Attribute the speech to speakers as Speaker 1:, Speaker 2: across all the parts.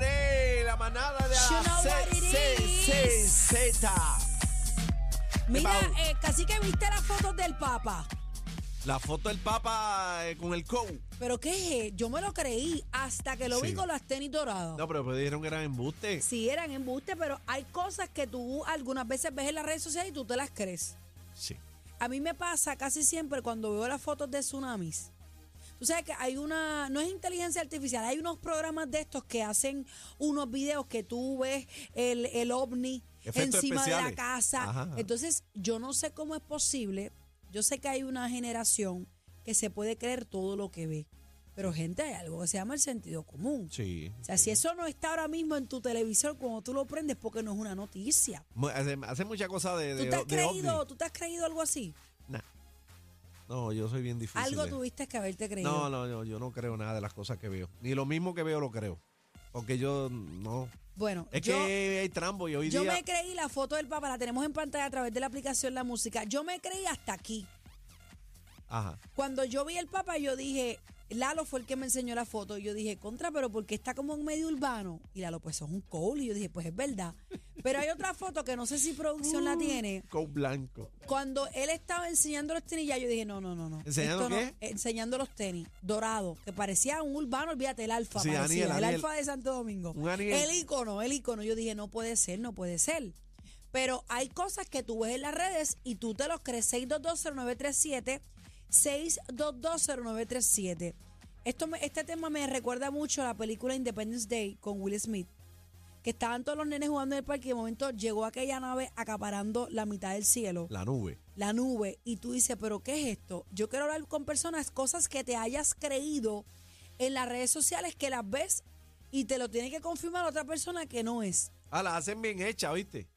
Speaker 1: eh,
Speaker 2: You know what it is.
Speaker 1: Z.
Speaker 2: Mira,
Speaker 1: Pau.
Speaker 2: eh, casi que viste las fotos del Papa.
Speaker 1: La foto del Papa eh, con el cow.
Speaker 2: Pero qué es, eh, yo me lo creí hasta que lo vi
Speaker 1: Sí.
Speaker 2: con las tenis doradas.
Speaker 1: No, pero después dijeron que eran embuste.
Speaker 2: Sí, eran embuste, pero hay cosas que tú algunas veces ves en las redes sociales y tú te las crees.
Speaker 1: Sí.
Speaker 2: A mí me pasa casi siempre cuando veo las fotos de tsunamis. Tú sabes que hay una, no es inteligencia artificial, hay unos programas de estos que hacen unos videos que tú ves el, el ovni
Speaker 1: Efectos
Speaker 2: encima de
Speaker 1: especiales.
Speaker 2: la casa.
Speaker 1: Ajá.
Speaker 2: Entonces, yo no sé cómo es posible. Yo sé que hay una generación que se puede creer todo lo que ve. Pero, gente, hay algo que se llama el sentido común.
Speaker 1: Sí.
Speaker 2: O sea, si eso no está ahora mismo en tu televisor cuando tú lo prendes, porque no es una noticia.
Speaker 1: Mu- Hace, hace mucha cosa de, de,
Speaker 2: ¿Tú te has
Speaker 1: de ovni.
Speaker 2: creído, ¿tú te has creído algo así?
Speaker 1: Nah. No, yo soy bien difícil.
Speaker 2: Algo
Speaker 1: eh.
Speaker 2: tuviste que haberte creído.
Speaker 1: No, no, no, yo no creo nada de las cosas que veo. Ni lo mismo que veo lo creo. Porque yo no.
Speaker 2: Bueno,
Speaker 1: Es
Speaker 2: yo,
Speaker 1: que hay trambo y hoy
Speaker 2: yo
Speaker 1: día.
Speaker 2: me creí la foto del papá, la tenemos en pantalla a través de la aplicación La Música. Yo me creí hasta aquí.
Speaker 1: Ajá.
Speaker 2: Cuando yo vi el papá, yo dije, Lalo fue el que me enseñó la foto. Yo dije, contra, pero porque está como en medio urbano. Y Lalo, pues eso es un cool. Y yo dije, pues es verdad. Pero hay otra foto que no sé si producción la tiene.
Speaker 1: Cow blanco.
Speaker 2: Cuando él estaba enseñando los tenis, ya yo dije, no, no, no, no.
Speaker 1: ¿Enseñando
Speaker 2: Esto no-
Speaker 1: qué?
Speaker 2: enseñando los tenis, dorado, que parecía un urbano, olvídate, el alfa,
Speaker 1: Sí,
Speaker 2: parecía,
Speaker 1: Aniel,
Speaker 2: el
Speaker 1: Aniel.
Speaker 2: alfa de Santo Domingo.
Speaker 1: Un Aniel.
Speaker 2: el ícono, el ícono. Yo dije, no puede ser, no puede ser. Pero hay cosas que tú ves en las redes y tú te los crees. 6220937, 6220937. Esto me- este tema me recuerda mucho a la película Independence Day con Will Smith que estaban todos los nenes jugando en el parque y de momento llegó aquella nave acaparando la mitad del cielo,
Speaker 1: La nube.
Speaker 2: la nube, y tú dices, pero ¿qué es esto? Yo quiero hablar con personas, cosas que te hayas creído en las redes sociales, que las ves y te lo tiene que confirmar otra persona que no es.
Speaker 1: Ah, la hacen bien hecha, ¿viste?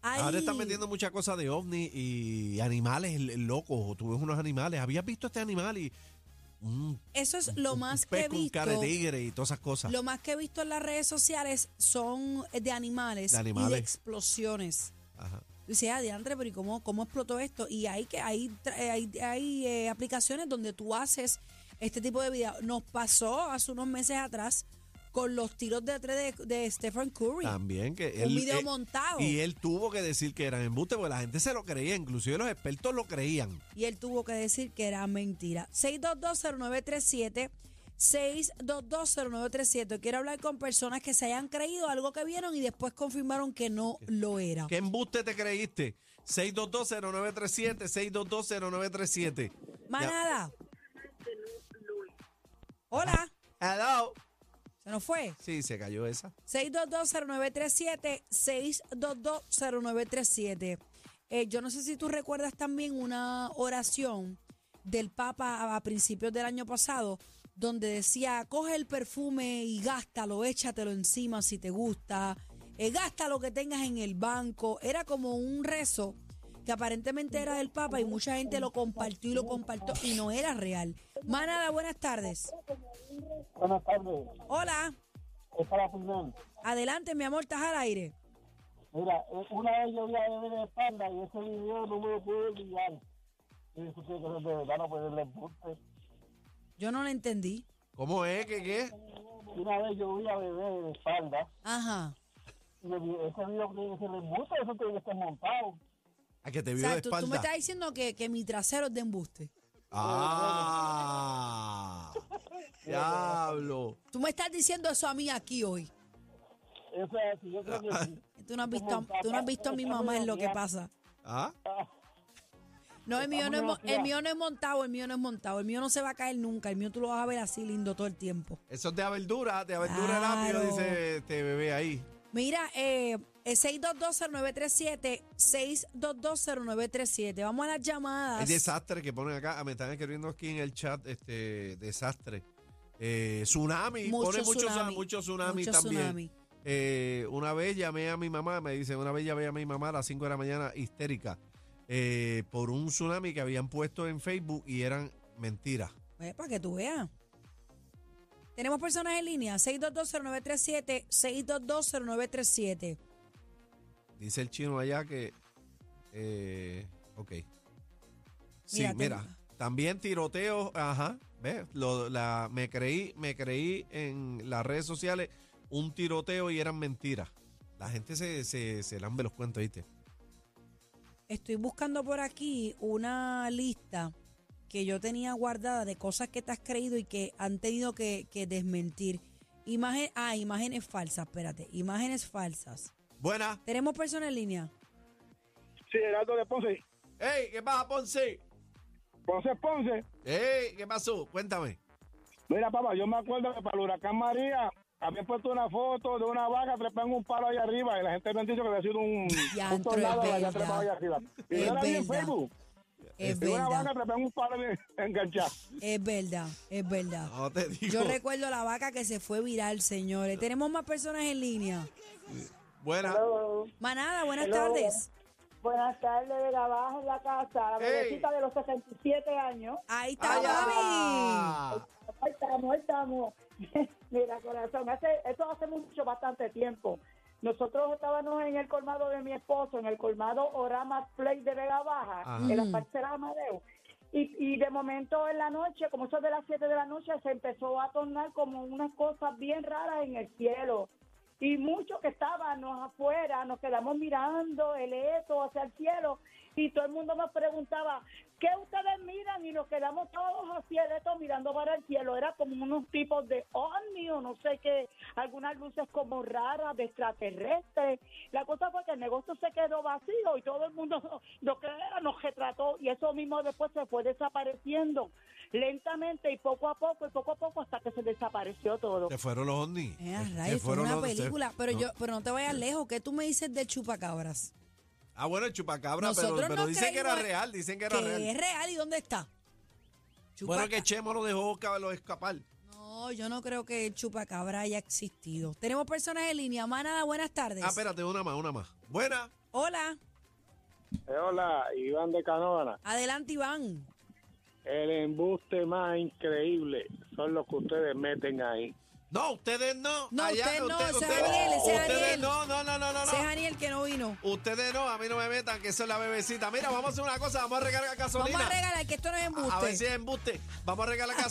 Speaker 2: Ay,
Speaker 1: Ahora están metiendo muchas cosas de ovni y animales l- locos. o Tú ves unos animales. ¿Habías visto este animal y un
Speaker 2: Eso Ah, es lo
Speaker 1: un
Speaker 2: más que
Speaker 1: pez
Speaker 2: he
Speaker 1: con cara de
Speaker 2: visto.
Speaker 1: tigre y todas esas cosas?
Speaker 2: Lo más que he visto en las redes sociales son de animales,
Speaker 1: De
Speaker 2: y de
Speaker 1: animales.
Speaker 2: explosiones.
Speaker 1: Ajá.
Speaker 2: Dice, ah, diantre, pero ¿y cómo, cómo explotó esto? Y hay, que, hay, tra- eh, hay, hay, eh, aplicaciones donde tú haces este tipo de video. Nos pasó hace unos meses atrás con los tiros de tres de, de Stephen Curry.
Speaker 1: También que
Speaker 2: Un
Speaker 1: él,
Speaker 2: video
Speaker 1: eh,
Speaker 2: montado.
Speaker 1: Y él tuvo que decir que eran embuste porque la gente se lo creía, inclusive los expertos lo creían.
Speaker 2: Y él tuvo que decir que era mentira. 6220937. 6220937. Quiero hablar con personas que se hayan creído algo que vieron y después confirmaron que no lo era.
Speaker 1: ¿Qué embuste te creíste? 6220937, 6220937.
Speaker 2: Más
Speaker 1: Ya.
Speaker 2: nada. Hola.
Speaker 1: Hello.
Speaker 2: Se nos fue.
Speaker 1: Sí, se cayó esa.
Speaker 2: 6220937, 6220937. Eh, yo no sé si tú recuerdas también una oración del Papa a- a principios del año pasado, donde decía, coge el perfume y gástalo, échatelo encima si te gusta, eh, gasta lo que tengas en el banco. Era como un rezo que aparentemente era del Papa y mucha gente lo compartió y lo compartió y no era real. Manada, buenas tardes.
Speaker 3: Buenas tardes,
Speaker 2: Hola,
Speaker 3: esta es la opinión.
Speaker 2: adelante mi amor, estás al aire.
Speaker 3: Mira, eh, una vez yo vi a Bebé de espalda y ese video no me lo pude olvidar. Y eso tiene que ser de verdad, no puede darle embuste.
Speaker 2: Yo no lo entendí.
Speaker 1: ¿Cómo es? ¿Qué qué?
Speaker 3: Y Una vez yo vi a Bebé de espalda
Speaker 2: Ajá.
Speaker 3: y yo vi, ese video tiene que ser de embuste, eso tiene que estar montado.
Speaker 1: A que te
Speaker 2: O
Speaker 1: vio
Speaker 2: sea,
Speaker 1: de
Speaker 2: tú, tú
Speaker 1: espalda.
Speaker 2: me estás diciendo que, que mi trasero es de embuste.
Speaker 1: Ah, diablo.
Speaker 2: Tú me estás diciendo eso a mí aquí hoy.
Speaker 3: Eso es así, yo creo que sí.
Speaker 2: Tú no has visto, a- tú no has visto a mi mamá es lo que pasa.
Speaker 1: ¿Ah?
Speaker 2: No, el mío no, es, mo- el mío no es montado, el mío no es montado. El mío no se va a caer nunca. El mío tú lo vas a ver así lindo todo el tiempo.
Speaker 1: Eso es de verdura, de verdura
Speaker 2: Claro.
Speaker 1: rápido, dice este bebé ahí.
Speaker 2: Mira, eh, eh, 6220937, 6220937. Vamos a las
Speaker 1: El
Speaker 2: llamadas.
Speaker 1: desastre que ponen acá, ah, me están escribiendo aquí en el chat, este desastre. Eh, tsunami,
Speaker 2: Mucho
Speaker 1: pone mucho
Speaker 2: tsunami.
Speaker 1: tsunami, mucho tsunami
Speaker 2: Mucho
Speaker 1: también.
Speaker 2: tsunami.
Speaker 1: Eh, una vez llamé a mi mamá, me dice, una vez llamé a mi mamá a las 5 de la mañana histérica eh, por un tsunami que habían puesto en Facebook y eran mentiras.
Speaker 2: Eh, para que tú veas. Tenemos personas en línea, 6220937, 6220937.
Speaker 1: Dice el chino allá que... eh, ok. Sí,
Speaker 2: Mira,
Speaker 1: mira.
Speaker 2: te-
Speaker 1: También tiroteos, ajá. ¿Ves? Lo- la, me creí, me creí en las redes sociales un tiroteo y eran mentiras. La gente se, se, se lambe los cuentos, ¿viste?
Speaker 2: Estoy buscando por aquí una lista que yo tenía guardada de cosas que te has creído y que han tenido que, que desmentir. Imagen, ah, imágenes falsas, espérate, imágenes falsas.
Speaker 1: Buena.
Speaker 2: ¿Tenemos personas en línea?
Speaker 4: Sí, Gerardo de Ponce.
Speaker 1: ¡Ey! ¿Qué pasa, Ponce?
Speaker 4: Ponce es Ponce.
Speaker 1: ¡Ey! ¿Qué pasó? Cuéntame.
Speaker 4: Mira, papá, yo me acuerdo que para el huracán María habían puesto una foto de una vaca trepando un palo allá arriba y la gente me han dicho que había sido un,
Speaker 2: Diantro,
Speaker 4: un tornado
Speaker 2: es
Speaker 4: allá
Speaker 2: verdad.
Speaker 4: trepado allá arriba. Y
Speaker 2: Es
Speaker 4: yo la vi en
Speaker 2: verdad.
Speaker 4: Facebook.
Speaker 2: Es
Speaker 4: Y una vaca
Speaker 2: verdad,
Speaker 4: trepando un palo bien enganchado.
Speaker 2: es verdad, es verdad.
Speaker 1: No te digo.
Speaker 2: Yo recuerdo la vaca que se fue viral, señores. Tenemos más personas en línea.
Speaker 1: Buena.
Speaker 5: Hello.
Speaker 2: Manada, buenas
Speaker 5: Hello.
Speaker 2: tardes.
Speaker 5: Buenas tardes, de la baja en la casa, la
Speaker 1: Hey.
Speaker 5: bebecita de los 67 años.
Speaker 2: Ahí
Speaker 1: ¡Ay,
Speaker 2: está, mami.
Speaker 1: ah!
Speaker 5: Ahí estamos, ahí estamos. Mira, corazón, hace, esto hace mucho, bastante tiempo. Nosotros estábamos en el colmado de mi esposo, en el colmado Orama Play de Vega Baja,
Speaker 1: Ajá.
Speaker 5: en las parcelas Amadeo. Y, y de momento en la noche, como eso es de las 7 de la noche, se empezó a tornar como unas cosas bien raras en el cielo. Y muchos que estábamos afuera nos quedamos mirando el esto hacia el cielo y todo el mundo nos preguntaba, ¿qué ustedes miran? Y nos quedamos todos hacia el esto mirando para el cielo. Era como unos tipos de ovni o no sé qué, algunas luces como raras de extraterrestres. La cosa fue que el negocio se quedó vacío y todo el mundo lo que era nos retrató y eso mismo después se fue desapareciendo lentamente y poco a poco y poco a poco hasta que se desapareció todo.
Speaker 1: Se fueron los ovnis.
Speaker 2: Eh,
Speaker 1: Se
Speaker 2: rayos, fue
Speaker 1: fueron
Speaker 2: una
Speaker 1: los- se-
Speaker 2: película, pero
Speaker 1: no.
Speaker 2: yo, pero no te vayas lejos. ¿Qué tú me dices de chupacabras?
Speaker 1: Ah, bueno, el chupacabra,
Speaker 2: Nosotros
Speaker 1: pero, pero
Speaker 2: no
Speaker 1: dicen que era
Speaker 2: creímos-
Speaker 1: real, dicen que era
Speaker 2: ¿Qué
Speaker 1: real.
Speaker 2: es real y dónde está?
Speaker 1: Bueno,
Speaker 2: Chupaca-
Speaker 1: que Chemo lo dejó lo escapar. Ah,
Speaker 2: No, yo no creo que el chupacabra haya existido. Tenemos personas en línea. Manada, buenas tardes.
Speaker 1: Ah, espérate, una más, una más. Buena.
Speaker 2: Hola,
Speaker 4: Eh, hola, Iván de Canóvana.
Speaker 2: adelante Iván.
Speaker 4: El embuste más increíble son los que ustedes meten ahí.
Speaker 1: No, ustedes no.
Speaker 2: No,
Speaker 1: Allá,
Speaker 2: usted no, ese es
Speaker 1: ustedes-
Speaker 2: Ariel, ese es
Speaker 1: ustedes
Speaker 2: Ariel.
Speaker 1: no, no, no, no, no. no.
Speaker 2: Ese es Daniel que no vino.
Speaker 1: Ustedes no, a mí no me metan, que eso es la bebecita. Mira, vamos a hacer una cosa, vamos a recargar gasolina.
Speaker 2: Vamos a regalar que esto no es embuste.
Speaker 1: A ver si es embuste. Vamos a regalar gasolina.